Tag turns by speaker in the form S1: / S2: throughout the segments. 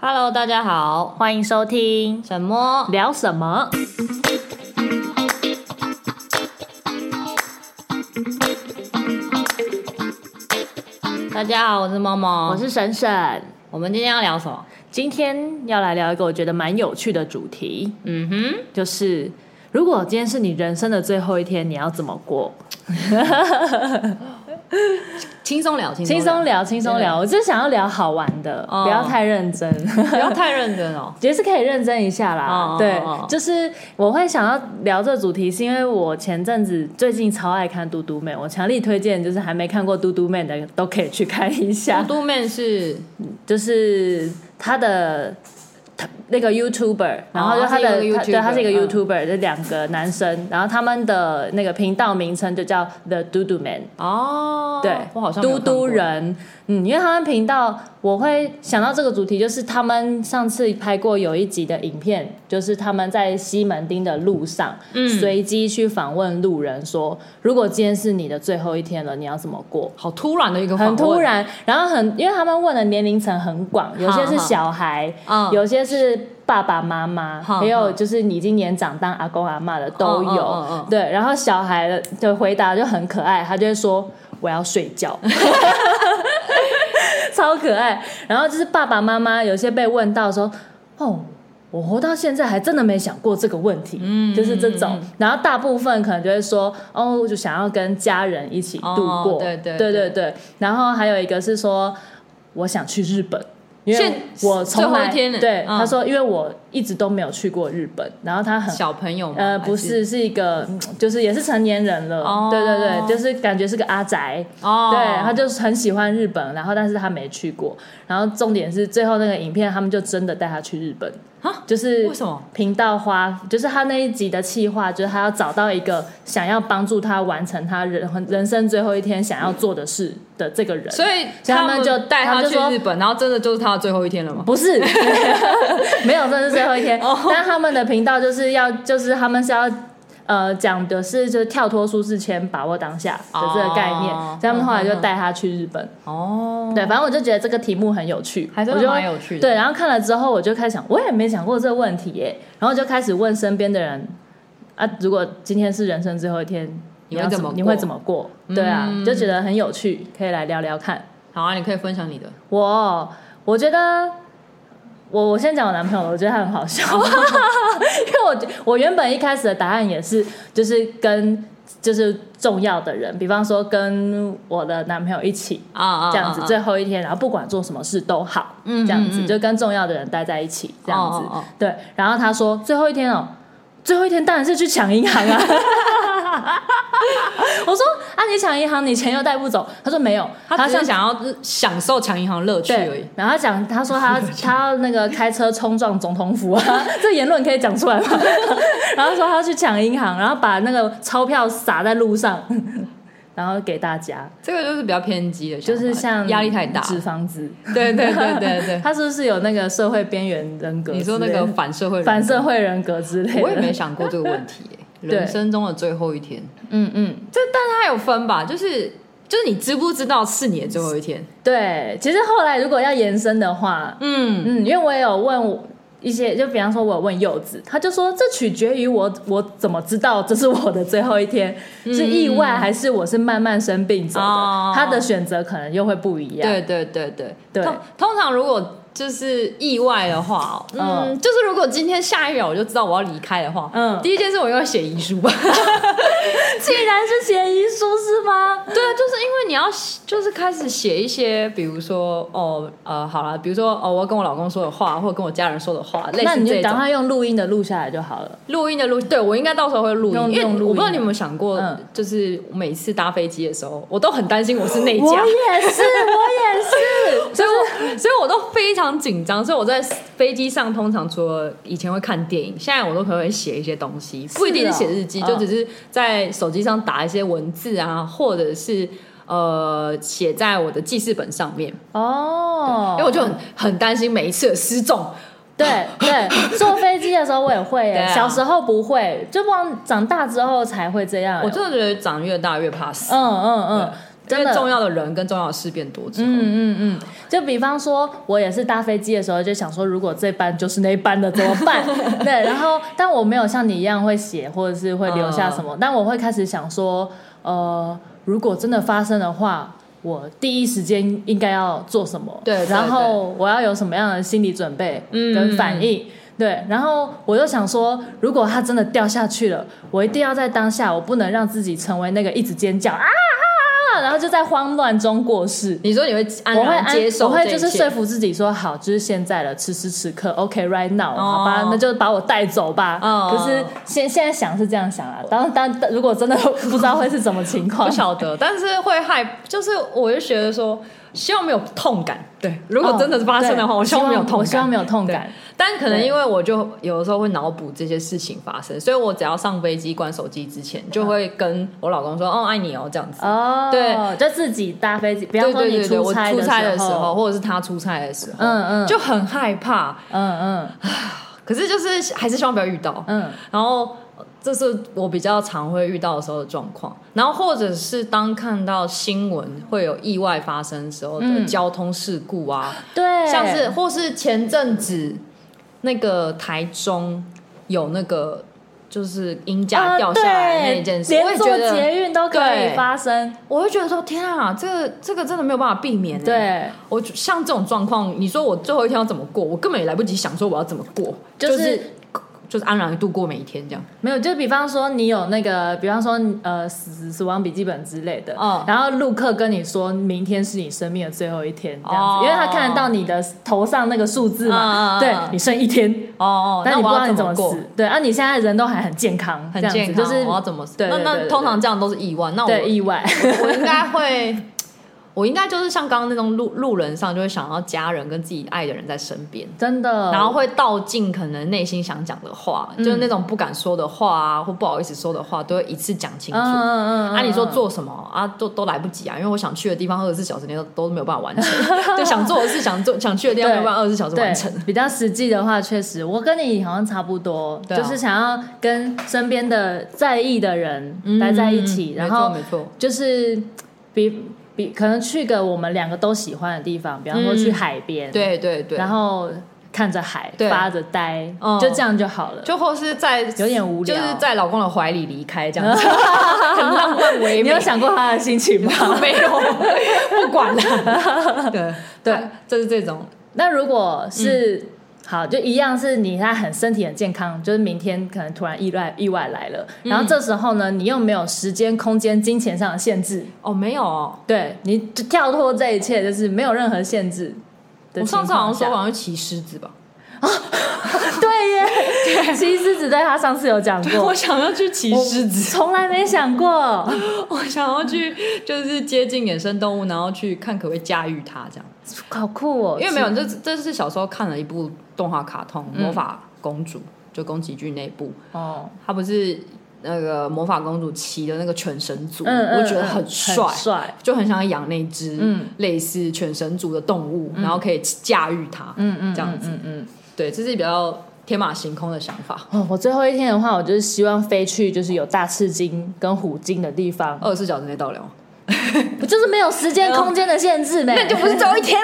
S1: Hello，大家好，
S2: 欢迎收听
S1: 什么？
S2: 聊什么？
S1: 大家好，我是猫猫。
S2: 我是沈沈，
S1: 我们今天要聊什么？
S2: 今天要来聊一个我觉得蛮有趣的主题，
S1: 嗯哼，
S2: 就是如果今天是你人生的最后一天，你要怎么过？
S1: 轻松聊，
S2: 轻
S1: 轻
S2: 松
S1: 松聊，
S2: 聊，轻松聊，我只是想要聊好玩的，
S1: 哦
S2: 不要太认 真。
S1: 不要太认真哦。
S2: 也是可以认真一下啦。
S1: 哦
S2: 对
S1: 哦哦
S2: 就是我会想要聊这主题，是因为我前阵子最近超爱看《嘟嘟妹》，我强力推荐，就是还没看过《嘟嘟妹》的都可以去看一下
S1: 嘟。嘟妹是，
S2: 就是他的那个 YouTuber，然后就他的、
S1: 哦他是一个
S2: 他对
S1: YouTuber，
S2: 他是一个
S1: 嗯
S2: YouTuber，这、两个男生，然后他们的那个频道名称就叫 The d o d o Man。
S1: 哦，
S2: 对，
S1: 我好像没有
S2: 嘟
S1: 看过
S2: 嘟，人，嗯，因为他们频道，我会想到这个主题，就是他们上次拍过有一集的影片，就是他们在西门町的路上，
S1: 嗯
S2: 随机去访问路人说，如果今天是你的最后一天了，你要怎么过？
S1: 好突然的一个访
S2: 很
S1: 问，
S2: 突然，然后很，因为他们问的年龄层很广，有些是小孩，
S1: 嗯
S2: 有些是爸爸妈妈，
S1: 嗯
S2: 还有就是你已经年长当阿公阿妈的都
S1: 嗯嗯
S2: 有
S1: 嗯嗯。
S2: 对，然后小孩的的回答就很可爱，他就会说我要睡 觉。超可爱，然后就是爸爸妈妈有些被问到说，哦，我活到现在还真的没想过这个问题，嗯，就是这种。然后大部分可能就会说，哦，我就想要跟家人一起度
S1: 哦
S2: 过，
S1: 对对
S2: 对
S1: 对
S2: 对然后还有一个是说，我想去日本。因为
S1: 现
S2: 我从
S1: 最后
S2: 来
S1: 一天呢
S2: 对、
S1: 嗯
S2: 他说，因为我一直都没有去过日本，然后他很
S1: 小朋友吗
S2: 呃不
S1: 哦还
S2: 是是一个嗯就是也是成年人了，
S1: 哦
S2: 对对对，就是感觉是个阿宅，
S1: 哦，
S2: 对，他就是很喜欢日本，然后但是他没去过，然后重点是最后那个影片，他们就真的带他去日本，
S1: 啊，
S2: 就是
S1: 为什么？
S2: 频道花，就是他那一集的企划，就是他要找到一个想要帮助他完成他人人生最后一天想要做的事的这个人，
S1: 所以
S2: 所以他们就
S1: 带他
S2: 他们
S1: 去
S2: 就说
S1: 日本，然后真的就是他的最后一天了吗？
S2: 不是， 没有，这是最后一天。
S1: 哦
S2: 但他们的频道就是要，就是他们是要。呃，讲的是就是跳脱舒适圈，把握当下的这个概念，
S1: 哦
S2: 所以他们后来就带他去日本。
S1: 哦，
S2: 对，反正我就觉得这个题目很有趣，
S1: 还真的
S2: 我就
S1: 蛮有趣的
S2: 对，然后看了之后，我就开始想，我也没想过这个问题耶，然后就开始问身边的人啊，如果今天是人生最后一天，
S1: 你
S2: 要
S1: 会
S2: 怎
S1: 怎么
S2: 你
S1: 过嗯
S2: 会怎么过？对啊，就觉得很有趣，可以来聊聊看。
S1: 好啊，你可以分享你的，
S2: 我我觉得。我我先讲我男朋友，我觉得他很好 笑，因为我我原本一开始的答案也是，就是跟就是重要的人，比方说跟我的男朋友一起，
S1: 啊啊，啊
S2: 这样子，
S1: 啊
S2: 最后一天，然后不管做什么事都好，
S1: 嗯
S2: 这样
S1: 嗯
S2: 子
S1: 嗯
S2: 就跟重要的人待在一起，这样
S1: 哦哦哦
S2: 子，对。然后他说最后一天哦，最后一天当然是去抢银行 啊。我说啊，你抢银行，你钱又带不走。他说没有，
S1: 他只
S2: 想
S1: 是想要享受抢银行乐趣而已
S2: 对。，然后他讲，他说他 他要那个开车冲撞总统府啊， 这言论可以讲出来吗？ 然后说他要去抢银行，然后把那个钞票撒在路上， 然后给大家，
S1: 这个就是比较偏激的想
S2: 就
S1: 法，
S2: 是像
S1: 压力太大。
S2: 纸房子。
S1: 对 对对对对，
S2: 他是不是有那个社会边缘人格之
S1: 你
S2: 类的？
S1: 说那个反社会人格
S2: 反社会人格之类的？
S1: 我也没想过这个问题耶、
S2: 对
S1: 人生中的最后一天，
S2: 嗯嗯，
S1: 这但它有分吧，就是就是你知不知道是你的最后一天？
S2: 对。其实后来如果要延伸的话，
S1: 嗯，
S2: 嗯，因为我也有问我一些，就比方说我有问柚子，他就说这取决于我我怎么知道这是我的最后一天，是意外还是我是慢慢生病走
S1: 嗯
S2: 的？
S1: 哦
S2: 他的选择可能又会不一样。
S1: 对对对对
S2: 对
S1: 通通常如果就是意外的话，嗯，
S2: 嗯
S1: 就是如果今天下一秒我就知道我要离开的话，
S2: 嗯
S1: 第一件事我应该写遗书吧。
S2: 既然是写遗书是吗？
S1: 对啊，就是因为你要写就是开始写一些，比如说哦呃好了，比如说哦我要跟我老公说的话，或者跟我家人说的话，类
S2: 那
S1: 似
S2: 你就
S1: 这
S2: 赶
S1: 种
S2: 快用录音的录下来就好了。
S1: 录音的录，对我应该到时候会录
S2: 用
S1: 音，因为
S2: 用录音啊
S1: 我不知道你有没有想过，
S2: 嗯
S1: 就是每次搭飞机的时候，我都很担心我是内
S2: 我
S1: 家，
S2: 也 是，我也 是。
S1: 所以我所以我都非常紧张，所以我在飞机上通常除了以前会看电影，现在我都可能会写一些东西，不一定是写日记，
S2: 嗯
S1: 就只是在手机上打一些文字啊，或者是。呃，写在我的记事本上面，
S2: 哦，
S1: 因为我就很很担心每一次的失重，
S2: 对对，坐飞机的时候我也会耶、
S1: 对啊
S2: 小时候不会，就往长大之后才会这样耶、
S1: 我真的觉得长越大越怕死。
S2: 哎嗯嗯嗯，
S1: 因
S2: 真的
S1: 为重要的人跟重要的事变多之后，
S2: 嗯嗯嗯，就比方说，我也是搭飞机的时候就想说，如果这班就是那班的怎么 办？对，然后但我没有像你一样会写或者是会留下什么，
S1: 嗯
S2: 但我会开始想说，呃，如果真的发生的话。我第一时间应该要做什么？
S1: 对对对
S2: 然后我要有什么样的心理准备
S1: 嗯
S2: 跟反应？对，然后我又想说，如果它真的掉下去了，我一定要在当下，我不能让自己成为那个一直尖叫啊啊啊，然后就在慌乱中过世。
S1: 你说你会安
S2: 我会
S1: 然
S2: 安
S1: 接受
S2: 我
S1: 这一
S2: 会
S1: 切，
S2: 就是说服自己说好，就是现在了，此时此刻，OK，right、now，、好吧，那就把我带走吧。
S1: 哦
S2: 可是现现在想是这样想啦，当当当如果真的不知道会是什么情况
S1: 不，晓得，但是会害，就是我就觉得说，希望没有痛感。对，如果真的发生的话，
S2: 哦对
S1: 我希望没有痛感，
S2: 我希望没有痛
S1: 对
S2: 感。
S1: 但可能
S2: 对
S1: 因为我就有的时候会脑补这些事情发生，所以我只要上飞机关手机之前，就会跟我老公说：“哦，爱你哦。”这样子。
S2: 嗯哦，
S1: 对，
S2: 就自己搭飞机，不要
S1: 对
S2: 说
S1: 对
S2: 你
S1: 对对，我
S2: 差
S1: 出差的时候，
S2: 候，
S1: 或者是他出差的时候，
S2: 嗯嗯
S1: 就很害怕。
S2: 嗯嗯
S1: 可是就是还是希望不要遇到。
S2: 嗯，
S1: 然后这是我比较常会遇到的时候的状况，然后或者是当看到新闻会有意外发生的时候的
S2: 嗯
S1: 交通事故啊，
S2: 对，
S1: 像是或是前阵子那个台中有那个就是鹰架
S2: 啊
S1: 掉下来
S2: 对
S1: 那一件事，我
S2: 连
S1: 也
S2: 坐
S1: 觉得，
S2: 捷运都可以
S1: 对
S2: 发生，
S1: 我会觉得说天啊，这个这个真的没有办法避免、欸。，
S2: 对。
S1: 我就像这种状况，你说我最后一天要怎么过，我根本也来不及想说我要怎么过，
S2: 就是
S1: 是就是安然地度过每一天这样。
S2: 没有，就比方说你有那个，比方说呃死死亡笔记本之类的，
S1: 嗯
S2: 然后陆克跟你说明天是你生命的最后一天，这样
S1: 哦
S2: 子，因为他看得到你的头上那个数字嘛，
S1: 嗯嗯嗯
S2: 对
S1: 嗯
S2: 你剩一天，
S1: 哦，
S2: 但
S1: 那
S2: 你不
S1: 我
S2: 知道
S1: 要
S2: 你怎么
S1: 过
S2: 死，，对，啊，你现在人都还很健康，
S1: 很
S2: 这样
S1: 健
S2: 子
S1: 康，
S2: 就是
S1: 我要怎么死？
S2: 对对
S1: 那
S2: 对
S1: 那
S2: 对
S1: 通常这样都是意外，那我
S2: 对 意外，
S1: 我应该会，我应该就是像刚刚那种路路人上，就会想到家人跟自己爱的人在身边。
S2: 真的，
S1: 然后会道尽可能内心想讲的话，就是
S2: 嗯
S1: 那种不敢说的话啊，或不好意思说的话，都会一次讲清楚。
S2: 嗯嗯嗯嗯，嗯
S1: 啊，你说。做什么啊？都都来不及啊，因为我想去的地方二十四小时内都都没有办法完成，对，想做的事、想做、想去的地方没有办法二十四小时
S2: 对
S1: 完 成。，
S2: 比较实际的话，确实，我跟你好像差不多，
S1: 对啊
S2: 就是想要跟身边的在意的人待在一起，
S1: 嗯
S2: 然后
S1: 没错，没错
S2: 就是比比可能去个我们两个都喜欢的地方，比方说去海边，，
S1: 嗯对对对。
S2: 然后看着海
S1: 对
S2: 发着呆，
S1: 嗯
S2: 就这样就好了。
S1: 就或是在
S2: 有点无聊
S1: 就是在老公的怀里离开这样 子，很浪漫唯
S2: 你
S1: 美
S2: 有。想过他的心情吗？
S1: 没有， 不管了。 对
S2: 对，
S1: 就是这种。
S2: 那如果是、
S1: 嗯
S2: 好，就一样是你他很身体很健康，就是明天可能突然意外意外来了，
S1: 嗯
S2: 然后这时候呢，你又没有时间、空间、金钱上的限制，
S1: 哦，没有哦。
S2: 对，你就跳脱这一切，就是没有任何限制的
S1: 我
S2: 情
S1: 上
S2: 况下。
S1: 次好像说好像骑狮子吧，
S2: 对耶，其实狮子对他上次有讲过，
S1: 我想要去骑狮子，
S2: 从来没想过，
S1: 我 想要去就是接近野生动物，然后去看可不可以驾驭它这样。
S2: 好酷哦！
S1: 因为没有，这这是小时候看了一部动画卡通《魔法公主》，就宫崎骏那一部，
S2: 哦，
S1: 她不是那个魔法公主骑的那个犬神族，
S2: 嗯，嗯
S1: 我觉得
S2: 嗯
S1: 很帅。
S2: 帅，
S1: 就很想养那只
S2: 嗯
S1: 类似犬神族的动物，然后可以驾驭它，
S2: 嗯嗯，
S1: 这样子
S2: 嗯，嗯嗯。
S1: 对，这是比较天马行空的想法。
S2: 哦，我最后一天的话，我就是希望飞去就是有大赤鲸跟虎鲸的地方，
S1: 二十四小时内到了，
S2: 我就是没有时间空间的限制呗。
S1: 那就不是最后一天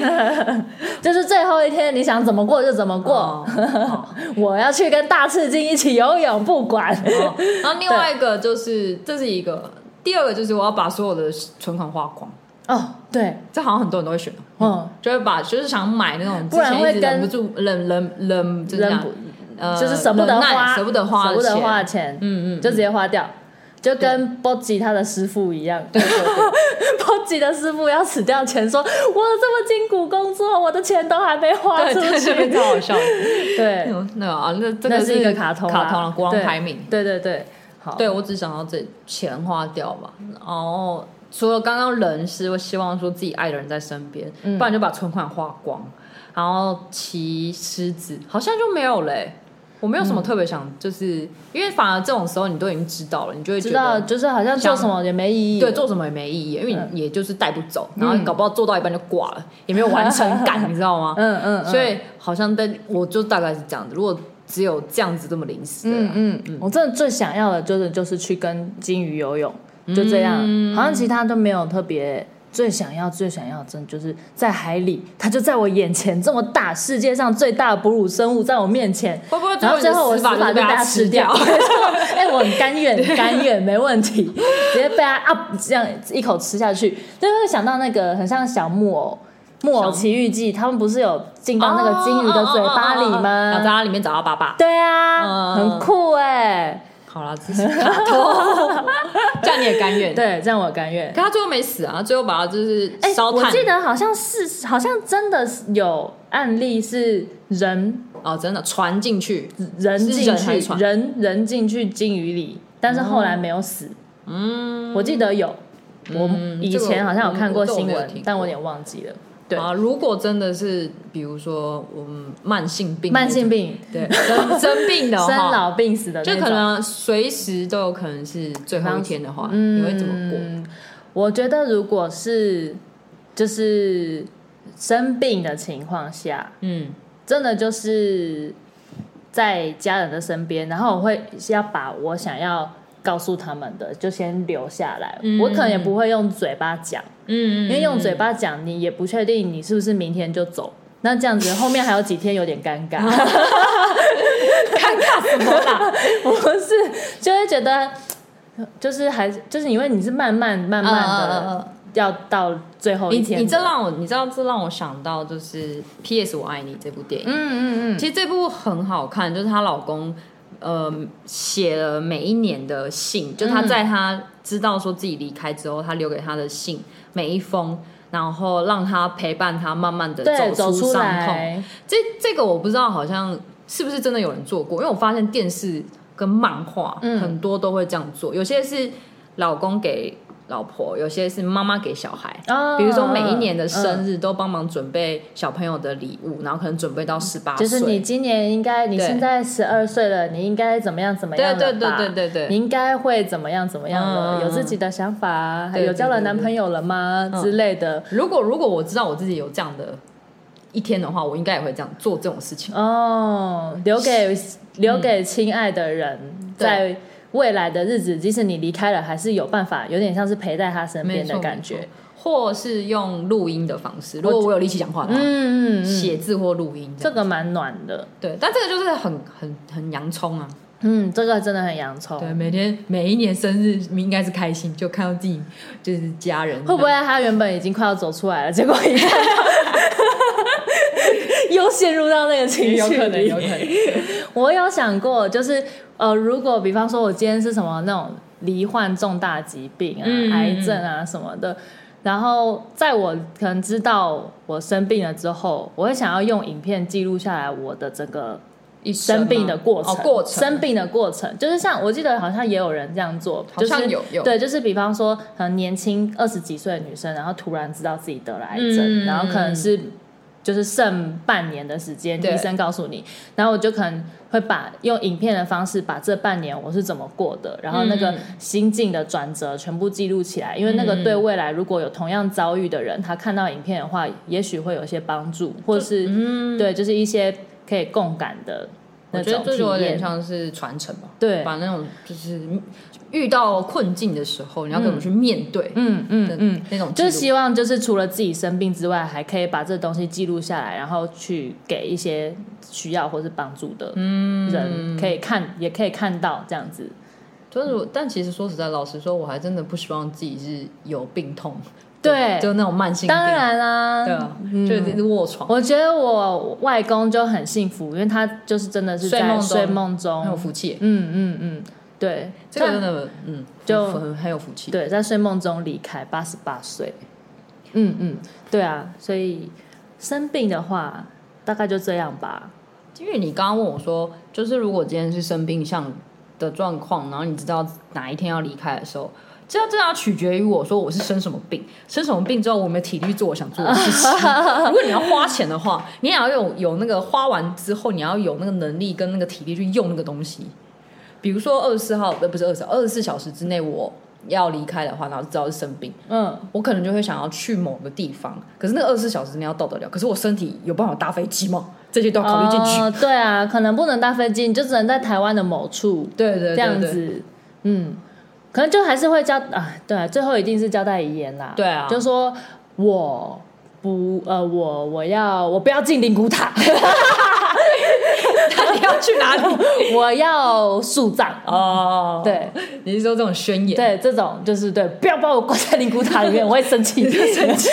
S1: 了。
S2: 就是最后一天，你想怎么过就怎么过。
S1: 哦哦
S2: 我要去跟大赤鲸一起游泳，不管。
S1: 哦 然后另外一个就是，这是一个，第二个就是我要把所有的存款花光，
S2: 哦，对，
S1: 这好像很多人都会选，哦
S2: 嗯，
S1: 就会把就是想买那种之
S2: 不然
S1: 前一直
S2: 会跟
S1: 忍不住忍忍忍，就是这
S2: 人
S1: 样
S2: 不
S1: 呃
S2: 就是舍不得
S1: 忍耐
S2: 花，
S1: 舍不得花
S2: 舍不
S1: 的
S2: 得
S1: 钱，
S2: 花的钱，
S1: 嗯
S2: 嗯，就直接花掉，就跟波吉他的师傅一样， 波吉的师傅要死掉前说，我这么筋骨工作，我的钱都还没花
S1: 对，
S2: 出
S1: 这这边
S2: 去，
S1: 超好笑的。
S2: 对，
S1: 那个啊，那这
S2: 哎那
S1: 个
S2: 是一个卡通啦，啊
S1: 卡通了，国王
S2: 对
S1: 排名。
S2: 对对对，好，
S1: 对，我只想要这钱花掉吧。然后除了刚刚人是会希望说自己爱的人在身边，
S2: 嗯
S1: 不然就把存款花光，然后骑狮子好像就没有嘞、我没有什么特别
S2: 嗯
S1: 想，就是、因为反而这种时候你都已经知道了，你就会觉
S2: 知道嗯
S1: 得
S2: 就是好像做什么也没意义，
S1: 对，做什么也没意义，因为你也就是带不走，
S2: 嗯
S1: 然后搞不好做到一半就挂了，也没有完成 感，你知道吗？
S2: 嗯嗯，嗯
S1: 所以好像在我就大概是这样子。如果只有这样子这么临时的啦，
S2: 嗯嗯，我真的最想要的就是就是去跟金鱼游泳，就这样，好像其他都没有特别。最想要、最想要，真的就是在海里，它就在我眼前，这么大，世界上最大的哺乳生物在我面前。
S1: 会不会
S2: 然后最后我
S1: 你的
S2: 死
S1: 死法
S2: 法
S1: 就
S2: 被
S1: 被
S2: 它
S1: 它
S2: 吃
S1: 吃
S2: 掉
S1: 掉？
S2: 没 错哎、我很甘愿，甘愿没问题，直接被它 up 这样一口吃下去，就会想到那个很像小木偶。木偶奇遇记，他们不是有进到那
S1: 哦
S2: 个金鱼的嘴巴里
S1: 然后在
S2: 吗？
S1: 它里面找到爸爸。
S2: 对啊，
S1: 嗯
S2: 很酷哎、
S1: 好啦，自己打 脱，这样你也甘愿。，
S2: 对，这样我甘愿。
S1: 可他最后没死啊，最后把他就是
S2: 哎、
S1: 烧炭。
S2: 我记得好像是，好像真的是有案例是人
S1: 哦，真的传进去，
S2: 人
S1: 是
S2: 进
S1: 人还是
S2: 去，
S1: 船
S2: 人人进去金鱼里，但是后来没有死。
S1: 哦
S2: 嗯，我记得有，我以
S1: 嗯这个
S2: 前好像有看过
S1: 我
S2: 新
S1: 我没有
S2: 闻
S1: 听，过
S2: 但我有点忘记了。对，
S1: 啊，如果真的是比如说我们慢性病，
S2: 慢性病、
S1: 对生生病的
S2: 生
S1: 话，
S2: 老病死的那
S1: 就
S2: 种，
S1: 可能随时都有可能是最后一天的话，你会怎么过？
S2: 嗯，我觉得如果是就是生病的情况下，
S1: 嗯，
S2: 真的就是在家人的身边，然后我会要把我想要告诉他们的就先留下来。
S1: 嗯
S2: 我可能也不会用嘴巴讲，
S1: 嗯
S2: 因为用嘴巴讲你也不确定你是不是明天就走。那这样子后面还有几天有点尴 尬，
S1: 尴尬什么 啦？
S2: 我是就会觉得，就是还是就是因为你是慢慢慢慢
S1: 嗯嗯嗯
S2: 的要到最后
S1: 你
S2: 一天的
S1: 你这让我，你知道这让我想到就是《P.S. 我爱你》这部电影，
S2: 嗯嗯嗯，
S1: 其实这部很好看，就是她老公呃写了每一年的
S2: 嗯
S1: 信，就她在她知道说自己离开之后，她留给她的信每一封，然后让她陪伴她慢慢的
S2: 嗯对，走
S1: 出
S2: 出
S1: 伤痛。
S2: 来，
S1: 这这个我不知道，好像是不是真的有人做过？因为我发现电视跟漫画
S2: 嗯
S1: 很多都会这样做，有些是老公给老婆，有些是妈妈给小孩。
S2: 哦
S1: 比如说每一年的生
S2: 嗯
S1: 日都帮忙准备小朋友的礼物，然后可能准备到十八岁，
S2: 嗯就是你今年应该，你
S1: 对
S2: 现在十二岁了，你应该怎么样怎么样
S1: 对
S2: 了
S1: 对对
S2: 吧
S1: 对对对
S2: 你应该会怎么样怎么样了，
S1: 嗯
S2: 有自己的想法，
S1: 对对
S2: 有交了
S1: 对对
S2: 男朋友了吗之类的。
S1: 如果如果我知道我自己有这样的一天的话，我应该也会这样做这种事情。
S2: 哦，留给
S1: 嗯
S2: 留给亲爱的人，
S1: 对
S2: 在未来的日子，即使你离开了，还是有办法，有点像是陪在他身边的感
S1: 没错
S2: 觉。，
S1: 或是用录音的方式，如果我有力气讲话的话，
S2: 嗯嗯嗯，
S1: 写字或录音这
S2: 这
S1: 样。
S2: 个蛮暖的。
S1: 对，但这个就是很很很洋葱啊。
S2: 嗯，这个真的很洋葱。
S1: 对，每天每一年生日应该是开心，就看到自己就是家人
S2: 会不会他原本已经快要走出来了，结果一看到又陷入到那个情绪
S1: 有可能
S2: 里
S1: 有可能。
S2: 我有想过，就是呃，如果比方说我今天是什么那种罹患重大疾病啊、
S1: 嗯嗯嗯
S2: 癌症啊什么的，然后在我可能知道我生病了之后，我会想要用影片记录下来我的整个
S1: 一
S2: 生病的过程，
S1: 哦、过程
S2: 生病的过程，就是像我记得好像也有人这样做，
S1: 好像
S2: 就是
S1: 有有
S2: 对，就是比方说，可能年轻二十几岁的女生，然后突然知道自己得了癌症，
S1: 嗯
S2: 然后可能是就是剩半年的时间，
S1: 对
S2: 医生告诉你，然后我就可能会把用影片的方式把这半年我是怎么过的，然后那个
S1: 嗯
S2: 心境的转折全部记录起来，因为那个对未来如果有同样遭遇的人，他看到影片的话，也许会有一些帮助，或
S1: 嗯
S2: 是对，就是一些可以共感的
S1: 我
S2: 嗯那
S1: 觉得
S2: 种
S1: 这
S2: 体
S1: 就有点
S2: 验。
S1: 像是传承吧。
S2: 对
S1: 把那种就是遇到困境的时候，你要怎么去面对的
S2: 嗯嗯嗯，
S1: 那种记
S2: 就
S1: 录，
S2: 是希望就是除了自己生病之外，还可以把这东西记录下来，然后去给一些需要或是帮助的
S1: 嗯
S2: 人可以看，也可以看到这样子。
S1: 就是我，但其实说实在，老实说，我还真的不希望自己是有病痛，
S2: 对，
S1: 就那种慢性病。
S2: 当，然啦、嗯
S1: 对啊，就是卧床，
S2: 我觉得我外公就很幸福，因为他就是真的是
S1: 睡
S2: 在
S1: 梦中
S2: 睡梦中，
S1: 很有福气。
S2: 嗯嗯嗯，对，
S1: 这个
S2: 在
S1: 真的，嗯，
S2: 就
S1: 很很很有福气。
S2: 对，在睡梦中离开，八十八岁。嗯嗯，对啊，所以生病的话，大概就这样吧。
S1: 因为你刚刚问我说，就是如果今天是生病像的状况，然后你知道哪一天要离开的时候，这这要取决于我说我是生什么病，生什么病之后我有没有体力做我想做的事 情。如果你要花钱的话，你也要有有那个花完之后，你要有那个能力跟那个体力去用那个东西。比如说二十四号，呃，不是二十，二十四小时之内我要离开的话，然后知道是生病，
S2: 嗯，
S1: 我可能就会想要去某个地方，可是那二十四小时之内要到得了，可是我身体有办法搭飞机吗？这些都要考虑进去。
S2: 哦。对啊，可能不能搭飞机，你就只能在台湾的某处
S1: 对对对对
S2: 这样子。嗯，可能就还是会交啊，对啊，最后一定是交代遗言啦。
S1: 对啊
S2: 就说我不呃，我我要我不要进灵骨塔，
S1: 到底要去哪里？
S2: 我要树葬。
S1: 哦，
S2: 对，
S1: 你是说这种宣言？，
S2: 对，这种就是对，不要把我关在灵骨塔里面，我会生 气，生气，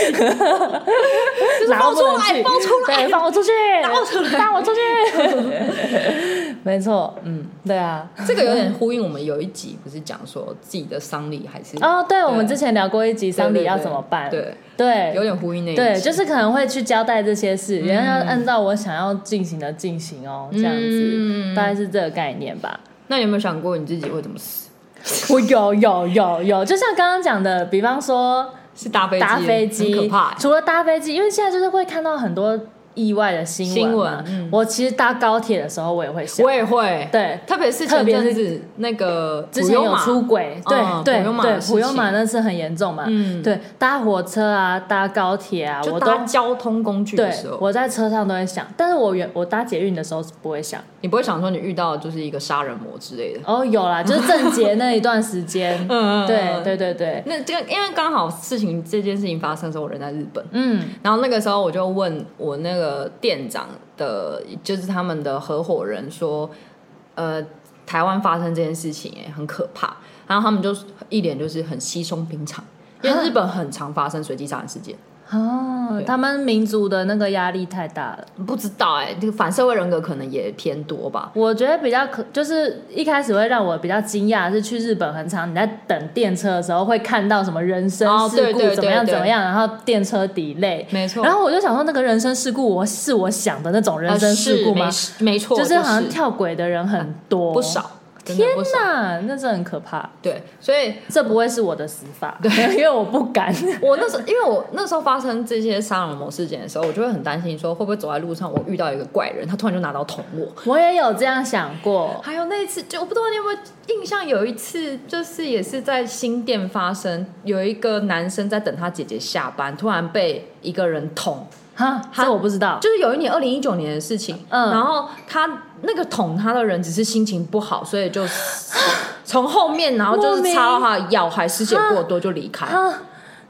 S2: 然
S1: 放
S2: 后不
S1: 出
S2: 能
S1: 来
S2: 去，
S1: 放出来
S2: 对，放我出去，
S1: 放我出来
S2: 放我出去， 没错，嗯，对啊，
S1: 这个有点呼应我们有一集不是讲说自己的丧礼还是
S2: 哦，对，我们
S1: 对
S2: 之前聊过一集丧
S1: 对
S2: 礼
S1: 对
S2: 要
S1: 对
S2: 怎么办，
S1: 对，
S2: 对，
S1: 有点呼嗯应那一集。
S2: 对，就是可能会去交代这些事，然后要按照我想要进行的进行哦，
S1: 嗯
S2: 这样子，大概是这个概念吧。
S1: 那你有没有想过你自己会怎么死？嗯
S2: 我有有有有，就像刚刚讲的，比方说
S1: 是搭飞机？
S2: 搭飞
S1: 很
S2: 机，
S1: 可怕欸、
S2: 除了搭飞机，因为现在就是会看到很多意外的新闻嘛。
S1: 新闻嗯
S2: 我其实搭高铁的时候，我也 会想，
S1: 欸我也会，
S2: 对，
S1: 特别是
S2: 特
S1: 前
S2: 别
S1: 阵
S2: 是
S1: 子那个
S2: 之
S1: 普
S2: 前
S1: 悠
S2: 有
S1: 玛
S2: 出轨，对、
S1: 嗯
S2: 对
S1: 普悠玛的
S2: 对，
S1: 事
S2: 普悠玛
S1: 情
S2: 那次很严重嘛。
S1: 嗯
S2: 对，搭火车啊，搭高铁啊，
S1: 就
S2: 我
S1: 搭
S2: 都
S1: 交通工具
S2: 对
S1: 的时，候，
S2: 我在车上都会想，但是我原我搭捷运的时候是不会想。
S1: 你不会想说你遇到就是一个杀人魔之类的。，
S2: 哦，有啦，就是郑捷那一段时间
S1: 嗯
S2: 对对对对，
S1: 那这个因为刚好事情这件事情发生的时候，我人在日本，
S2: 嗯
S1: 然后那个时候我就问我那个店长的，就是他们的合伙人说，呃，台湾发生这件事情、哎，很可怕。然后他们就一脸就是很稀松平常，因为日本很常发生随机杀人事件。
S2: 哦，他们民族的那个压力太大了。
S1: 不知道哎、这个反社会人格可能也偏多吧。
S2: 我觉得比较可，就是一开始会让我比较惊讶，是去日本很长，你在等电车的时候会看到什么人身
S1: 哦
S2: 事
S1: 对
S2: 故
S1: 对
S2: 怎么样
S1: 对对
S2: 怎么样，然后电车 delay，
S1: 没错
S2: 然后我就想说，那个人身事故我是我想的那种人
S1: 呃
S2: 身事故吗？
S1: 是没没错，
S2: 就是好像
S1: 是啊
S2: 跳轨的人很多，
S1: 不。少，哦真的
S2: 天
S1: 不少。
S2: 哪，那真的很可怕。
S1: 对，所以
S2: 这不会是我的死法，对，因为我不敢。
S1: 我那时候，因为我那时候发生这些杀人魔事件的时候，我就会很担心，说会不会走在路上，我遇到一个怪人，他突然就拿刀捅我。
S2: 我也有这样想过，
S1: 哦还有那一次，就我不知道你有没有印象，有一次就是也是在新店发生，有一个男生在等他姐姐下班，突然被一个人捅，
S2: 哈，
S1: 哈
S2: 这我不知道。
S1: 就是有一年二零一九年的事情。
S2: 嗯
S1: 然后他那个捅他的人只是心情不好，所以就从后面，然后就
S2: 莫名
S1: 是插到他的腰，还失血过多就离开。
S2: 啊，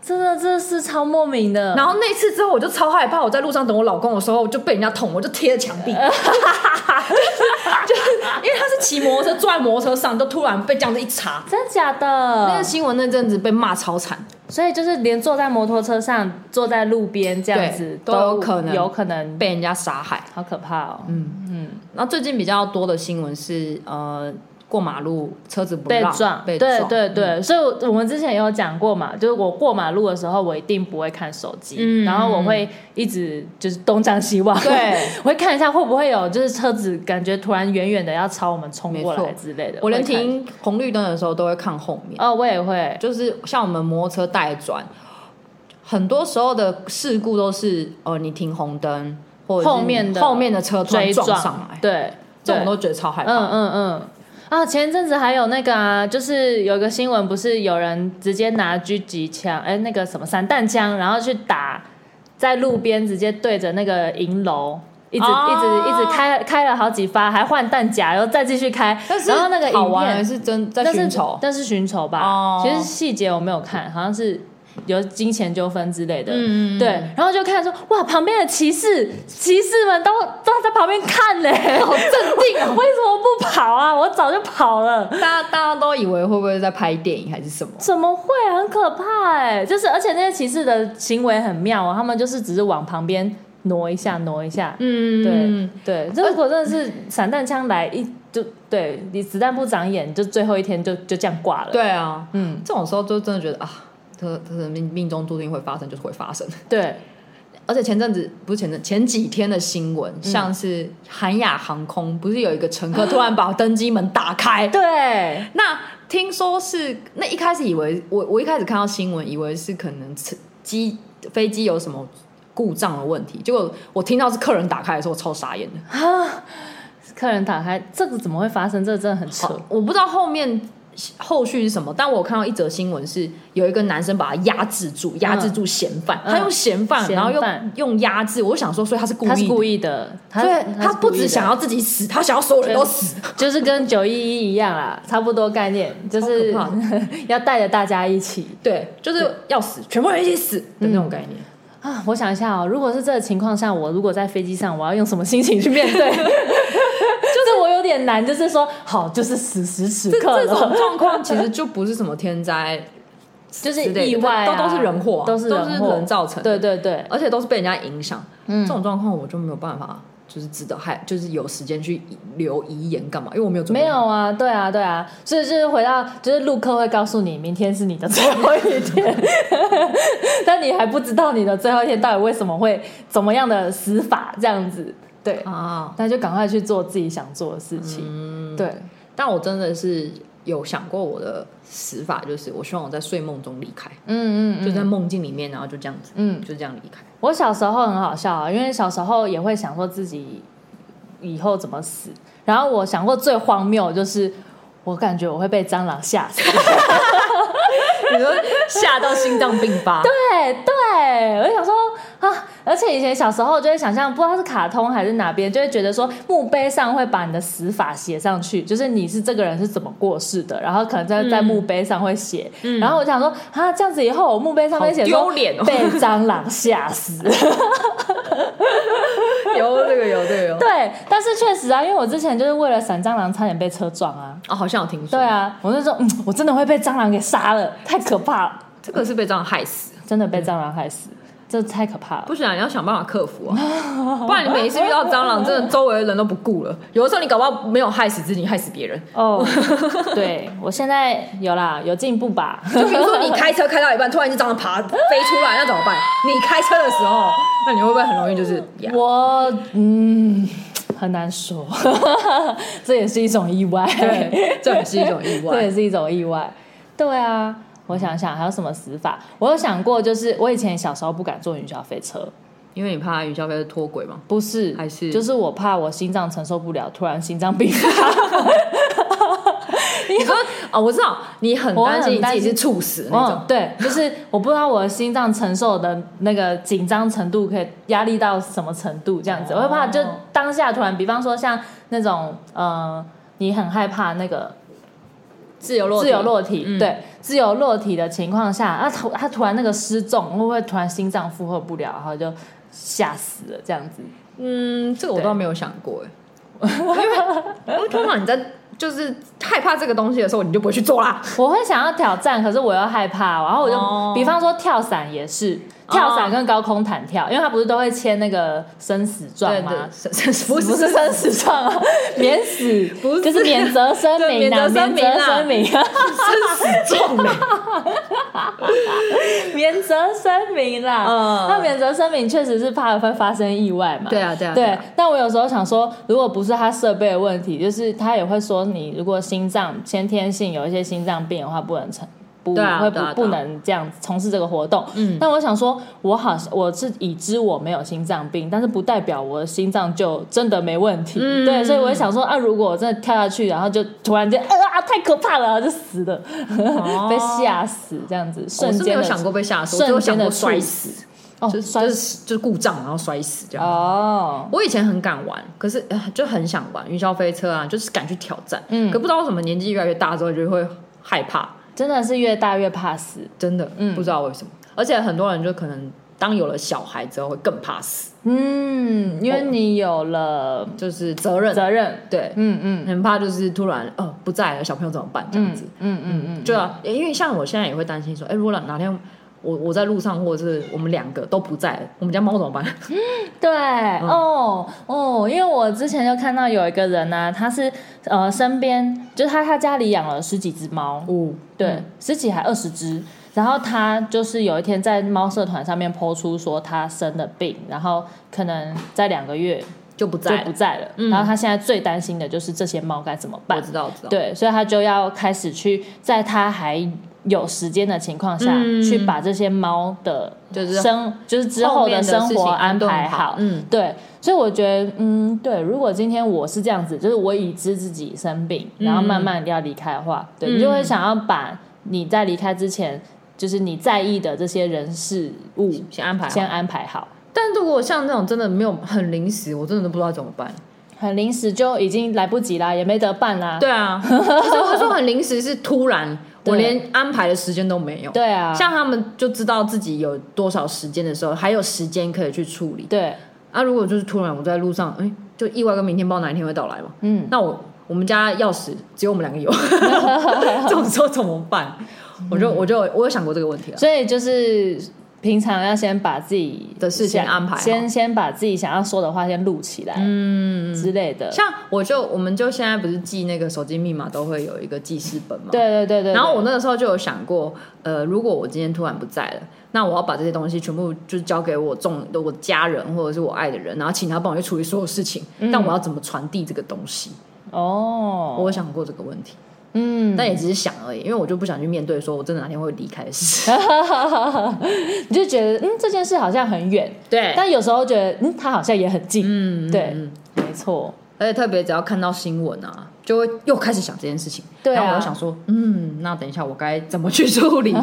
S2: 真的，这是超莫名的。
S1: 然后那次之后，我就超害怕。我在路上等我老公的时候，我就被人家捅，我就贴着墙 壁，就是就是因为他是骑摩托车，坐在摩托车上，就突然被这样子一查。
S2: 真假
S1: 嗯那
S2: 的
S1: 个，新闻那阵子被骂超惨，
S2: 所以就是连坐在摩托车上、坐在路边这样子
S1: 对都有可能
S2: 有可能
S1: 被人家杀害。
S2: 好可怕哦。嗯嗯，
S1: 那最近比较多的新闻是，呃，过马路车子不
S2: 被
S1: 让
S2: 撞，
S1: 被
S2: 对
S1: 撞，嗯
S2: 对对，所以我我们之前也有讲过嘛，就是我过马路的时候，我一定不会看手机，
S1: 嗯
S2: 然后我会一直就是东张西望，
S1: 对
S2: 我 会看一下会不会有就是车子感觉突然远远的要朝我们冲过来
S1: 没错
S2: 之类的，
S1: 我连
S2: 会看一下
S1: 停红绿灯的时候都会看后面，
S2: 哦，我也会，
S1: 就是像我们摩托车带转，很多时候的事故都是，呃，你停红灯。或者是
S2: 后面的
S1: 后面的车突然
S2: 追
S1: 撞
S2: 撞
S1: 上来，
S2: 对，
S1: 这种
S2: 对
S1: 都觉得超害怕。
S2: 嗯嗯嗯。啊，前一阵子还有那个啊，就是有一个新闻，不是有人直接拿狙击枪，哎、那个什么散弹枪，然后去打在路边，直接对着那个银楼，一直、
S1: 哦
S2: 一直一直开开了好几发，还换弹夹，然后再继续开，然后那个
S1: 好
S2: 影
S1: 玩还
S2: 片，
S1: 是真在
S2: 但
S1: 寻
S2: 是
S1: 仇，
S2: 但是寻仇吧，
S1: 哦
S2: 其实细节我没有看，好像是有金钱纠纷之类的，
S1: 嗯嗯嗯
S2: 对，然后就看说哇，旁边的骑士骑士们都都在旁边看嘞、
S1: 好镇定哦。
S2: 为什么不跑啊？我早就跑了。
S1: 大家大家都以为会不会在拍电影还是什么？
S2: 怎么会？啊很可怕哎、就是而且那些骑士的行为很妙哦，他们就是只是往旁边挪一下，挪一下。
S1: 嗯，
S2: 对对，这如果真的是散弹枪来一就对你子弹不长眼，就最后一天就就这样挂了。，
S1: 对啊，
S2: 嗯，
S1: 这种时候就真的觉得啊，这这是命命中注定会发生，就是会发生。
S2: 对，
S1: 而且前阵子不是前阵前几天的新闻，
S2: 嗯
S1: 像是韩亚航空不是有一个乘客突然把登机门打开，
S2: 对，
S1: 那听说是那一开始以为我我一开始看到新闻，以为是可能吃机飞机有什么故障的问题，结果我听到是客人打开的时候，我超傻 眼的。
S2: 客人打开这个怎么会发生？这个真的很
S1: 哦
S2: 扯
S1: 好。我不知道后面后续是什么，但我看到一则新闻是有一个男生把他压制住，压制住嫌犯，
S2: 嗯
S1: 他用嫌犯，
S2: 嫌
S1: 然后
S2: 犯
S1: 用用压制，我就想说，所以他是故意
S2: 他是
S1: 的，
S2: 故意的，他
S1: 所以
S2: 他
S1: 他
S2: 是
S1: 不
S2: 故意
S1: 只
S2: 的
S1: 想要自己死，他想要所有人都死。
S2: 就是跟九一一一样啦，差不多概念，就是
S1: 超可
S2: 要带着大家一起
S1: 对，就是要死，全部人一起死的那种概念。
S2: 啊。我想一下哦，如果是这个情况下，我如果在飞机上，我要用什么心情去 面对？就是我有点难，就是说，好，就是此时此
S1: 这
S2: 刻
S1: 这种
S2: 了，
S1: 状况其实就不是什么天灾
S2: 就是
S1: 之类的
S2: 意外、啊，
S1: 都都是人祸啊
S2: 都是
S1: 都
S2: 人
S1: 是
S2: 祸
S1: 人造成
S2: 对
S1: 的
S2: 对对，
S1: 而且都是被人家影响。
S2: 嗯
S1: 这种状况我就没有办法，就是知道还就是有时间去留遗言干嘛？因为我没有准备
S2: 没有啊，对啊，对啊，所以就是回到，就是陆客会告诉你，明天是你的最后一天，但你还不知道你的最后一天到底为什么会怎么样的死法，这样子，对，
S1: 啊。
S2: 那就赶快去做自己想做的事情，对，
S1: 但我真的是有想过我的死法，就是我希望我在睡梦中离开，
S2: 嗯
S1: 就在梦境里面，然后就这样子，
S2: 嗯，
S1: 就这样离开。
S2: 我小时候很好笑啊，因为小时候也会想说自己以后怎么死，然后我想过最荒谬就是，我感觉我会被蟑螂吓死。
S1: 你说吓到心脏病发？
S2: 对对，我就想说啊，而且以前小时候就会想象，不知道是卡通还是哪边，就会觉得说墓碑上会把你的死法写上去，就是你是这个人是怎么过世的，然后可能在在墓碑上会写。然后我想说啊，这样子以后我墓碑上面写
S1: 嗯好
S2: 说
S1: 丢脸哦
S2: 被蟑螂吓死。
S1: 有这个有这个有。
S2: 对，但是确实啊，因为我之前就是为了闪蟑螂差点被车撞啊。
S1: 哦，好像有听说。
S2: 对，啊，我就说，嗯，我真的会被蟑螂给杀了，太可怕了，
S1: 这个是被这样害死。
S2: 真的被蟑螂害死，这太可怕了。
S1: 不然你要想办法克服啊，不然你每一次遇到蟑螂，真的周围的人都不顾了。有的时候你搞不好没有害死自己，害死别人。
S2: 哦，对我现在有啦，有进步吧？
S1: 就比如说你开车开到一半，突然一只蟑螂爬飞出来，那怎么办？你开车的时候，那你会不会很容易就是呀？
S2: 我嗯，很难说， 这也是一种意外，
S1: 对，这也是一种意
S2: 这也
S1: 外。
S2: 是一种意外。对啊，我想想还有什么死法？我有想过，就是我以前小时候不敢坐云霄飞车，
S1: 因为你怕云霄飞车脱轨 嘛。
S2: 不是，
S1: 还是
S2: 就是我怕我心脏承受不了，突然心脏病发。
S1: 你说哦，我知道你很担心你自己是猝死的那
S2: 嗯
S1: 种，，
S2: 对，就是我不知道我的心脏承受的那个紧张程度，可以压力到什么程度，这样子，
S1: 哦
S2: 我会怕就当下突然，比方说像那种呃，你很害怕那个
S1: 自由落
S2: 自由落体，
S1: 嗯
S2: 对，自由落体的情况下，啊，突他突然那个失重，会不会突然心脏负荷不了，然后就吓死了这样子？
S1: 嗯，这个我
S2: 对
S1: 倒没有想过哎，因为因为通常你在就是害怕这个东西的时候，你就不会去做 啦。
S2: 我会想要挑战，可是我又害怕，然后我就、
S1: 哦
S2: 比方说跳伞也是。跳伞跟高空弹跳，因为他不是都会签那个生死状
S1: 对
S2: 吗？
S1: 对，
S2: 不
S1: 不
S2: 是
S1: 是
S2: 生死 状啊，免死，
S1: 不是
S2: 就是免责声明啊，
S1: 对免责声
S2: 免
S1: 明
S2: 责
S1: 啊
S2: 声明啊，
S1: 生死状
S2: 欸
S1: 哎，
S2: 免责声明啦。
S1: 嗯
S2: 那免责声明确实是怕会发生意外嘛。
S1: 对啊对啊对
S2: 对
S1: 啊，
S2: 但我有时候想说，如果不是他设备的问题，就是他也会说，你如果心脏先天性有一些心脏病的话，不能成。不
S1: 对啊
S2: 会不
S1: 对啊对啊
S2: 不能这样从事这个活动，
S1: 嗯
S2: 但我想说，我好像我是已知我没有心脏病，但是不代表我的心脏就真的没问题，
S1: 嗯
S2: 对，所以我就想说啊，如果我真的跳下去，然后就突然间呃啊太可怕了，然后就死了，
S1: 哦
S2: 被吓死这样子，瞬
S1: 我是没
S2: 间
S1: 有
S2: 的
S1: 想过被吓死，我只有
S2: 瞬
S1: 想
S2: 间
S1: 过
S2: 的
S1: 摔
S2: 猝
S1: 死。
S2: 哦，
S1: 就是
S2: 摔
S1: 就
S2: 死
S1: 是就是故障，然后摔死这样。
S2: 哦，
S1: 我以前很敢玩，可是呃就很想玩云霄飞车啊，就是敢去挑战。
S2: 嗯
S1: 可不知道为什么年纪越来越大之后就会害怕，
S2: 真的是越大越怕死，
S1: 真的，
S2: 嗯
S1: 不知道为什么。而且很多人就可能当有了小孩之后会更怕死，
S2: 嗯，因为你有了
S1: 就是责任，
S2: 责任，
S1: 对，
S2: 嗯嗯
S1: 很怕就是突然哦不在了，小朋友怎么办这样
S2: 嗯
S1: 子？
S2: 嗯嗯嗯，
S1: 对啊，因为像我现在也会担心说，哎、如果哪天我我在路上，或者是我们两个都不在了，我们家猫怎么办？
S2: 对
S1: 嗯
S2: 哦哦，因为我之前就看到有一个人呢、他是呃身边就是他他家里养了十几只猫，
S1: 哦，
S2: 对，
S1: 嗯
S2: 十几还二十只。然后他就是有一天在猫社团上面抛出说他生了病，然后可能在两个月
S1: 就不在嗯
S2: 就
S1: 了
S2: 不在了。然后他现在最担心的就是这些猫该怎么
S1: 我
S2: 办。
S1: 知道，我知道。
S2: 对，所以他就要开始去在他还有时间的情况下、
S1: 嗯
S2: 去把这些猫的
S1: 就是
S2: 生就是之后
S1: 面的
S2: 生
S1: 事情
S2: 活安
S1: 顿
S2: 排好，
S1: 嗯，
S2: 对，所以我觉得，嗯，对，如果今天我是这样子，就是我已知自己生病，然后慢慢要离开的话，对你就会想要把你在离开之前，就是你在意的这些人事物
S1: 先安排好。
S2: 先安排好。
S1: 但如果像那种真的没有很临时，我真的都不知道怎么办。
S2: 很临时就已经来不及啦，也没得办啦。
S1: 对啊， 就是我说很临时是突然，我
S2: 对
S1: 连安排的时间都没有。
S2: 对啊，
S1: 像他们就知道自己有多少时间的时候，还有时间可以去处理。
S2: 对，
S1: 啊，如果就是突然我在路上，哎，就意外跟明天不知道哪一天会到来嘛，
S2: 嗯，
S1: 那我我们家钥匙只有我们两 个有，这种时候怎么办？
S2: 嗯
S1: 我就我就我有想过这个问题啊。
S2: 所以就是平常要先把自己
S1: 的事情
S2: 想
S1: 安排好
S2: 先先把自己想要说的话先录起来，嗯之类的。
S1: 像我就我们就现在不是记那个手机密码都会有一个记事本嘛，
S2: 对对对对，
S1: 然后我
S2: 呢，
S1: 那个时候就有想过，呃，如果我今天突然不在了，那我要把这些东西全部就是交给我重我家人或者是我爱的人，然后请他帮我去处理所有事情。
S2: 嗯
S1: 但我要怎么传递这个东西？
S2: 哦，
S1: 我有想过这个问题，
S2: 嗯，
S1: 但也只是想而已，因为我就不想去面对说我真的哪天会离开的事。
S2: 你就觉得嗯这件事好像很远，
S1: 对
S2: 但有时候觉得嗯它好像也很近，
S1: 嗯，
S2: 对
S1: 嗯嗯
S2: 没错，
S1: 而且特别只要看到新闻啊，就会又开始想这件事情。
S2: 对啊
S1: 然后我就想说，嗯，那等一下我该怎么去处 理？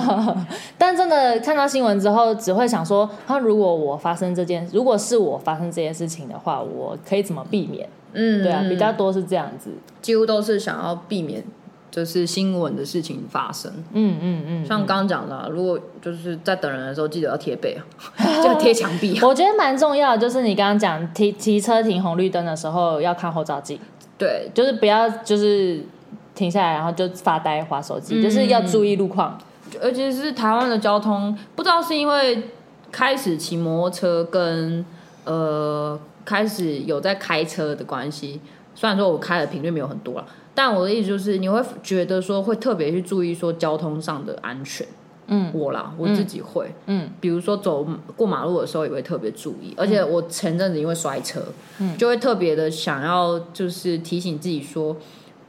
S2: 但真的看到新闻之后，只会想说，他如果我发生这件，如果是我发生这件事情的话，我可以怎么避免？
S1: 嗯，
S2: 对啊，比较多是这样子，
S1: 几乎都是想要避免就是新闻的事情发生。
S2: 嗯嗯嗯。
S1: 像刚刚讲的啊、如果就是在等人的时候，记得要贴背啊， 就要贴墙壁啊。
S2: 我觉得蛮重要的，就是你刚刚讲提提车停红绿灯的时候要看后照镜，
S1: 对，
S2: 就是不要就是停下来然后就发呆划手机，就是要注意路况。
S1: 而且是台湾的交通，不知道是因为开始骑摩托车跟呃开始有在开车的关系，虽然说我开的频率没有很多了，但我的意思就是你会觉得说会特别去注意说交通上的安全。
S2: 嗯，
S1: 我啦，我自己会，
S2: 嗯，
S1: 比如说走过马路的时候也会特别注意，而且我前阵子因为摔车，嗯，就会特别的想要就是提醒自己说，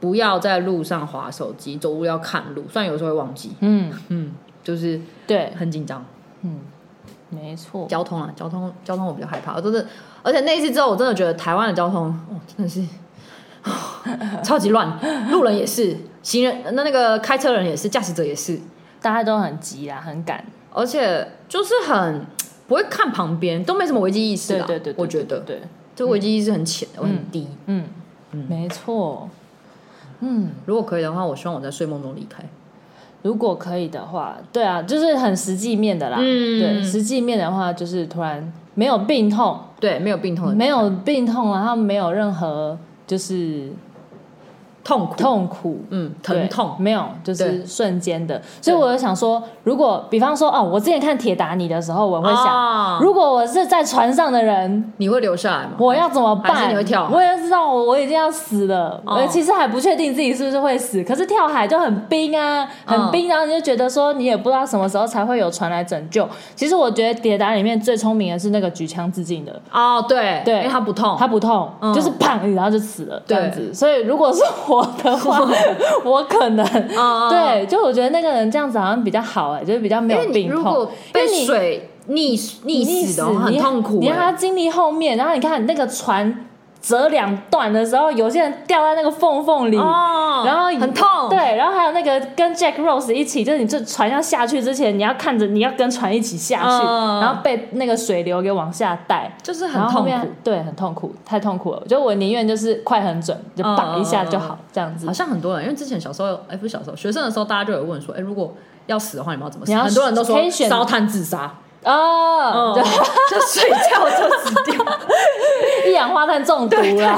S1: 不要在路上划手机，走路要看路，虽然有时候会忘记，
S2: 嗯，
S1: 就是
S2: 对，
S1: 很紧张。
S2: 没错。
S1: 交通啊，交通交通我比较害怕，我真的，而且那一次之后，我真的觉得台湾的交通，哦，真的是哦超级乱，路人也是，行人那那个开车人也是，驾驶者也是，
S2: 大家都很急啦，很赶。
S1: 而且就是很不会看旁边，都没什么危机意识
S2: 对
S1: 啦。
S2: 对对，对
S1: 我觉得
S2: 对，对
S1: 就危机意识很浅，很低。
S2: 嗯，没错。嗯，
S1: 如果可以的话，我希望我在睡梦中离开。
S2: 如果可以的话，对啊，就是很实际面的啦。
S1: 嗯
S2: 对，实际面的话，就是突然没有病痛，
S1: 对，没有病痛的
S2: 没有病痛，然后没有任何就是
S1: 痛苦，
S2: 痛苦。
S1: 嗯，
S2: 对
S1: 疼痛，
S2: 没有，就
S1: 对
S2: 是瞬间的，所以我就想说，如果比方说哦，我之前看《铁达尼》的时候，我会想，
S1: 啊
S2: 如果我是在船上的人，
S1: 你会留下来吗？
S2: 我要怎么
S1: 还是
S2: 办？
S1: 你会跳
S2: 我也知道我我已经要死了，
S1: 哦
S2: 我其实还不确定自己是不是会死，可是跳海就很冰啊，
S1: 嗯
S2: 很冰，然后你就觉得说你也不知道什么时候才会有船来拯救。其实我觉得《铁达》里面最聪明的是那个举枪自尽的。
S1: 哦，对，
S2: 对
S1: 因为它不痛，
S2: 他不痛，
S1: 嗯
S2: 就是砰，然后就死了这
S1: 对
S2: 样子。所以如果是我的 话，我可能、
S1: 嗯嗯
S2: 对，就我觉得那个人这样子好像比较好哎、就是比较没
S1: 因为
S2: 有
S1: 你
S2: 病
S1: 如
S2: 痛
S1: 果。
S2: 因为
S1: 被
S2: 你
S1: 水溺溺死的话，很
S2: 你
S1: 痛苦
S2: 你让他
S1: 欸。
S2: 经历后面，然后你看那个船折两段的时候，有些人掉在那个缝缝里。
S1: 哦
S2: 嗯然后
S1: 很痛，
S2: 对，然后还有那个跟 Jack Rose 一起，就是你这船要下去之前，你要看着，你要跟船一起下去，
S1: 嗯
S2: 然后被那个水流给往下带，
S1: 就是
S2: 然
S1: 很
S2: 后后
S1: 痛
S2: 面
S1: 苦。
S2: 对，很痛苦，太痛苦了。我觉得我宁愿就是快很准，就
S1: 嗯
S2: 绑一下就
S1: 嗯
S2: 好，这样子
S1: 好。像很多人，因为之前小时候，哎，不是小时候，学生的时候，大家就有问说，哎，如果要死的话，你们要怎么死？
S2: 你要
S1: 很多人都
S2: 可
S1: 说
S2: 以选
S1: 烧炭自杀，嗯，
S2: 哦，
S1: 就睡觉就死 掉。
S2: 一氧化碳中毒啦！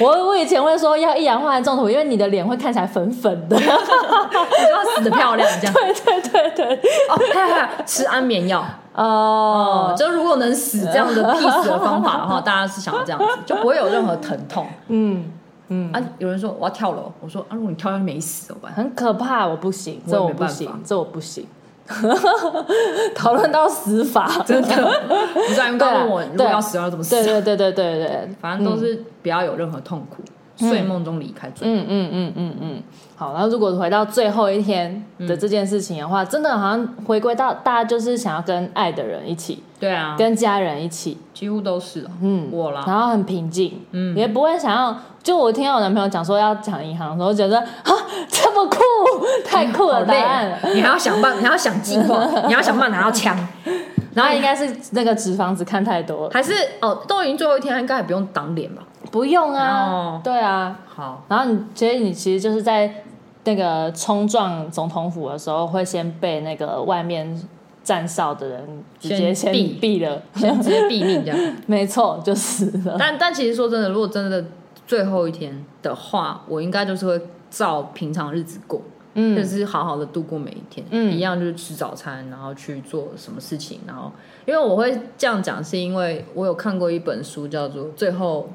S2: 我我以前会说要一氧化碳中毒，因为你的脸会看起来粉粉的。
S1: 你就要死的漂亮这样。
S2: 对对 对对，
S1: 哦，还有还有吃安眠药哦
S2: 哦，，
S1: 就如果能死这样的必死的方法的话，大家是想要这样子，就不会有任何疼痛
S2: 嗯，
S1: 啊。有人说我要跳楼，我说啊，如果你跳下去没死怎么办？
S2: 很可怕，我不行，
S1: 我也
S2: 这我
S1: 没
S2: 不
S1: 办法
S2: 行，这我不行。 讨论到死法，
S1: 真的， 你知道你告诉我，
S2: 对啊
S1: 如果要死要怎么
S2: 对
S1: 死？
S2: 对对对对对，
S1: 反正都是不要有任何痛苦。睡梦中离开最
S2: 嗯嗯嗯嗯嗯，好。然后如果回到最后一天
S1: 嗯
S2: 的这件事情的话，真的好像回归到大家就是想要跟爱的人一起，
S1: 对啊，
S2: 跟家人一起，
S1: 几乎都是啊
S2: 嗯，
S1: 我啦，
S2: 然后很平静，
S1: 嗯
S2: 也不会想要。就我听到我男朋友讲说要讲银行的时候，我觉得啊 这么酷，太酷
S1: 好
S2: 了，答
S1: 累
S2: 案
S1: 啊
S2: 了。，
S1: 你还要想 办，你还要想计划，你要想办法拿到枪，
S2: 然后应该是那个纸房子看太多了，
S1: 还是哦，都已经最后一天，应该也不用挡脸吧？
S2: 不用啊
S1: 哦，
S2: 对啊，
S1: 好，
S2: 然后你其实你其实就是在那个冲撞总统府的时候，会先被那个外面站哨的人直接
S1: 先
S2: 先
S1: 毙
S2: 毙了，
S1: 先直接毙命这样。
S2: 没错，就死了。
S1: 但但其实说真的，如果真的最后一天的话，我应该就是会照平常日子过，就
S2: 嗯
S1: 是好好的度过每一天，
S2: 嗯
S1: 一样就是吃早餐，然后去做什么事情，然后因为我会这样讲，是因为我有看过一本书叫做《最后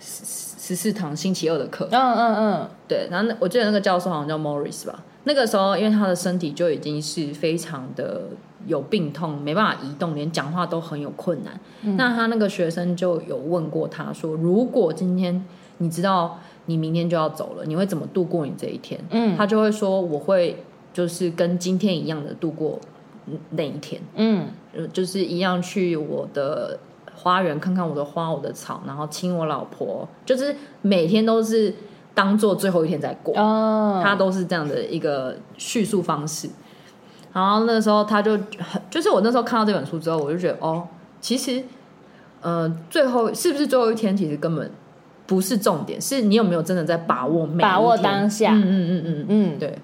S1: 十十四堂星期二的课》，
S2: 嗯嗯嗯，
S1: 对，然后那我记得那个教授好像叫 Morris 吧。那个时候，因为他的身体就已经是非常的有病痛，没办法移动，连讲话都很有困难。那他那个学生就有问过他说：“如果今天你知道你明天就要走了，你会怎么度过你这一天？”
S2: 嗯
S1: 他就会说：“我会就是跟今天一样的度过那一天。”
S2: 嗯
S1: 呃就是一样去我的花园看看我的花、我的草，然后亲我老婆，就是每天都是当做最后一天在过，
S2: 哦，
S1: 他都是这样的一个叙述方式。然后那时候他就很，就是我那时候看到这本书之后，我就觉得哦，其实，呃，最后是不是最后一天，其实根本不是重点，是你有没有真的在把握每一
S2: 把握
S1: 天
S2: 当下
S1: 嗯嗯嗯嗯
S2: 嗯
S1: 嗯，对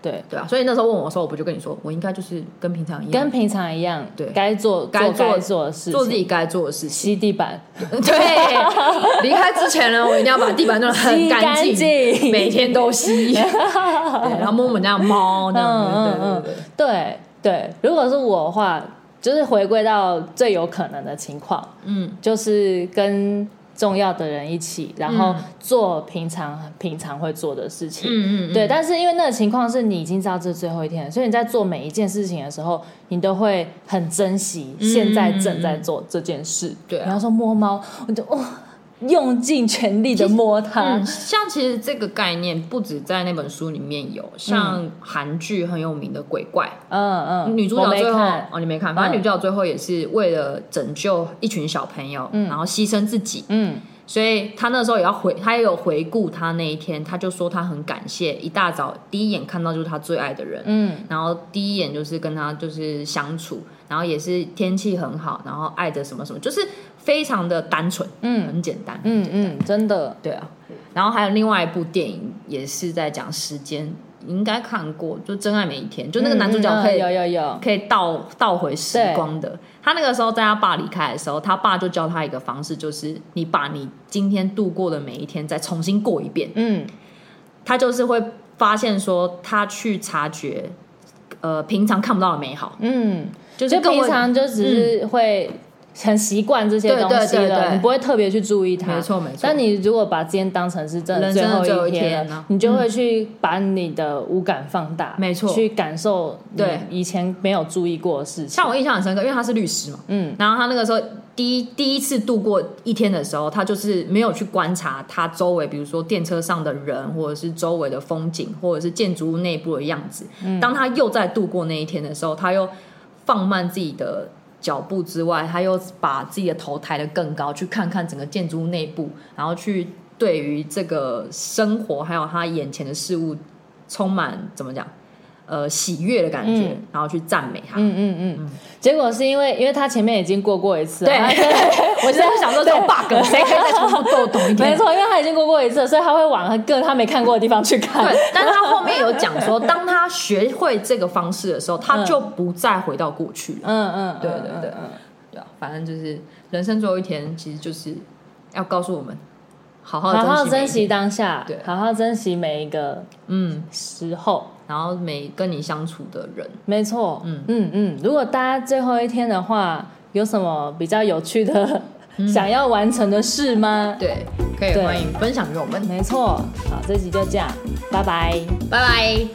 S2: 对，
S1: 对啊，所以那时候问我的时候，我不就跟你说，我应该就是跟平常一样，
S2: 跟平常一样，
S1: 对
S2: 该做
S1: 该
S2: 做
S1: 做
S2: 该做的事情，
S1: 做自己该做的事情。
S2: 吸地板，
S1: 对，离开之前呢，我一定要把地板弄得很
S2: 吸
S1: 干
S2: 干
S1: 净，
S2: 净，
S1: 每天都吸， 对然后摸摸人家的猫，这样
S2: 嗯嗯
S1: 子，对对对
S2: 对对，如果是我的话，就是回归到最有可能的情况，
S1: 嗯，
S2: 就是跟重要的人一起，然后
S1: 嗯
S2: 做平常、平常会做的事情。
S1: 嗯嗯，
S2: 对，但是因为那个情况是你已经知道这是最后一天了，所以你在做每一件事情的时候，你都会很珍惜现在正在做这件事。
S1: 对啊
S2: 然后说摸猫，我就哇、用尽全力的摸它
S1: 嗯，。像其实这个概念不止在那本书里面有，像韩剧很有名的《鬼怪》，
S2: 嗯嗯，
S1: 女主
S2: 我
S1: 角
S2: 没
S1: 最后
S2: 看
S1: 哦，你没看，反
S2: 嗯
S1: 正女主角最后也是为了拯救一群小朋友，然后牺牲自己，
S2: 嗯
S1: 所以他那时候也要回，他也有回顾他那一天，他就说他很感谢，一大早第一眼看到就是他最爱的人，
S2: 嗯
S1: 然后第一眼就是跟他就是相处，然后也是天气很好，然后爱的什么什么，就是非常的单纯，
S2: 嗯
S1: 很简单，
S2: 嗯嗯，真的，
S1: 对啊。然后还有另外一部电影也是在讲时间，你应该看过，就《真爱每一天》，就那个男主角可以、
S2: 嗯嗯有有有，
S1: 可以倒倒回时光的。他那个时候在他爸离开的时候，他爸就教他一个方式，就是你把你今天度过的每一天再重新过一遍。
S2: 嗯
S1: 他就是会发现说，他去察觉，呃，平常看不到的美好，
S2: 嗯，
S1: 就是
S2: 就
S1: 更
S2: 平
S1: 为
S2: 常就只是会很习惯这些
S1: 对
S2: 东
S1: 对
S2: 西
S1: 对
S2: 了，
S1: 对
S2: 你不会特别去注意它。
S1: 没错没错
S2: 但你如果把今天当成是真的
S1: 人生的
S2: 最
S1: 最后
S2: 后
S1: 一
S2: 天
S1: 天
S2: 了
S1: 啊，嗯
S2: 你就会去把你的五感放大，
S1: 没错
S2: 去感受你
S1: 对
S2: 以前没有注意过的事情。
S1: 像我印象很深刻，因为他是律师嘛，
S2: 嗯，
S1: 然后他那个时候第一第一次度过一天的时候，他就是没有去观察他周围，比如说电车上的人，或者是周围的风景，或者是建筑物内部的样子。
S2: 嗯
S1: 当他又在度过那一天的时候，他又放慢自己的。脚步之外，他又把自己的头抬得更高，去看看整个建筑物内部，然后去对于这个生活还有他眼前的事物充满怎么讲，呃喜悦的感觉，然后去赞美他。
S2: 嗯嗯嗯，结果是因为因为他前面已经过过一次了，
S1: 对
S2: 他
S1: 我现在想说这种 bug，谁可以再 重复豆懂一
S2: 没
S1: 点？
S2: 错，因为他已经过过一次了，所以他会往更他没看过的地方去看。
S1: 对，但他后面有讲说，当他学会这个方式的时候，他就不再回到过去了。
S2: 嗯嗯，嗯
S1: 对对对
S2: 嗯嗯
S1: 对啊，反正就是人生最后一天，其实就是要告诉我们，好好地
S2: 好好
S1: 每一
S2: 珍惜
S1: 天，
S2: 当下
S1: 对，
S2: 好好珍惜每一个
S1: 嗯，
S2: 时候。
S1: 然后每跟你相处的人，
S2: 没错，嗯
S1: 嗯
S2: 嗯嗯。如果大家最后一天的话，有什么比较有趣的、想要完成的事吗？
S1: 对，可以
S2: 对
S1: 欢迎分享给我们，
S2: 没错，好，这集就这样，拜拜。
S1: 拜拜。